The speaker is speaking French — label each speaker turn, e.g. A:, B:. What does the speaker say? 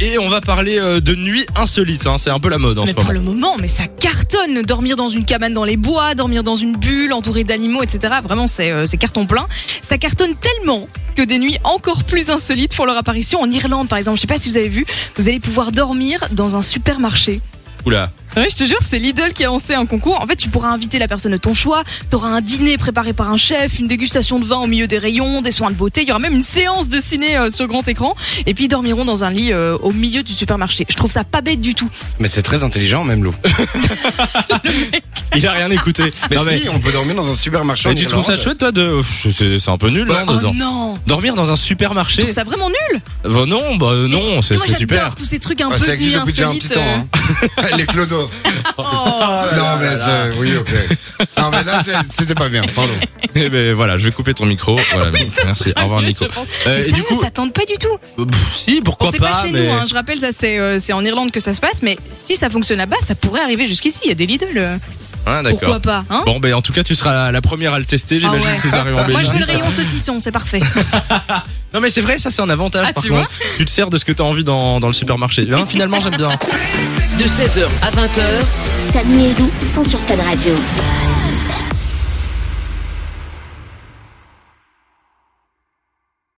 A: et on va parler euh, de nuit insolite. hein. C'est un peu la mode en
B: mais
A: ce
B: pour
A: moment.
B: le moment, mais ça cartonne. Dormir dans une cabane dans les bois, dormir dans une bulle, entouré d'animaux, etc. Vraiment, c'est euh, c'est carton plein. Ça cartonne tellement que des nuits encore plus insolites font leur apparition en Irlande, par exemple. Je sais pas si vous avez vu, vous allez pouvoir dormir dans un supermarché.
A: Oula.
B: Ouais, je te jure, c'est Lidl qui a lancé un concours. En fait, tu pourras inviter la personne de ton choix. T'auras un dîner préparé par un chef, une dégustation de vin au milieu des rayons, des soins de beauté. Il y aura même une séance de ciné euh, sur grand écran. Et puis, ils dormiront dans un lit euh, au milieu du supermarché. Je trouve ça pas bête du tout.
C: Mais c'est très intelligent, même Lou.
A: Il a rien écouté.
C: Mais,
A: Non, mais-
C: si, on peut dormir dans un supermarché.
A: mais
C: en
A: tu trouves ça
C: Irlande.
A: chouette toi de Pff, c'est c'est un peu nul hein,
B: Oh
A: dedans.
B: non
A: Dormir dans un
B: Je
A: supermarché
B: trouve ça vraiment nul.
A: Bah non, bah non, c'est
B: Moi,
A: c'est super.
B: j'adore tous ces trucs un
C: Ah,
B: peu
C: Ça existe
B: nuit
C: depuis déjà un petit
B: insolite,
C: temps. hein. Les clodos.
B: euh, oh.
A: Ah
C: non, mais c'est- oui, ok. Non, mais là, c'est- c'était pas bien, pardon.
A: Eh ben voilà, je vais couper ton micro. Voilà, merci. Au revoir Nico. Euh,
B: Mais
A: et
B: ça,
A: du coup, euh,
B: ça tente pas du tout.
A: pff, si pourquoi
B: C'est pas, chez
A: mais
B: nous, hein. je rappelle, ça c'est euh, c'est en Irlande que ça se passe, mais si ça fonctionne là-bas, ça pourrait arriver jusqu'ici. Il y a des Lidl. euh,
A: Hein,
B: Pourquoi
A: d'accord.
B: pas hein
A: Bon ben en tout cas, tu seras la, la première à le tester.
B: Ah
A: J'imagine
B: ouais.
A: si ça arrive en
B: Moi je
A: Belgique.
B: veux le rayon saucisson, c'est parfait.
A: Non mais c'est vrai, ça c'est un avantage.
B: Ah,
A: par
B: tu
A: contre. tu te sers de ce que t'as envie dans, dans le supermarché. Hein, finalement, j'aime bien.
D: De 16h à 20h,
E: Samy et Lou sont sur Fan Radio.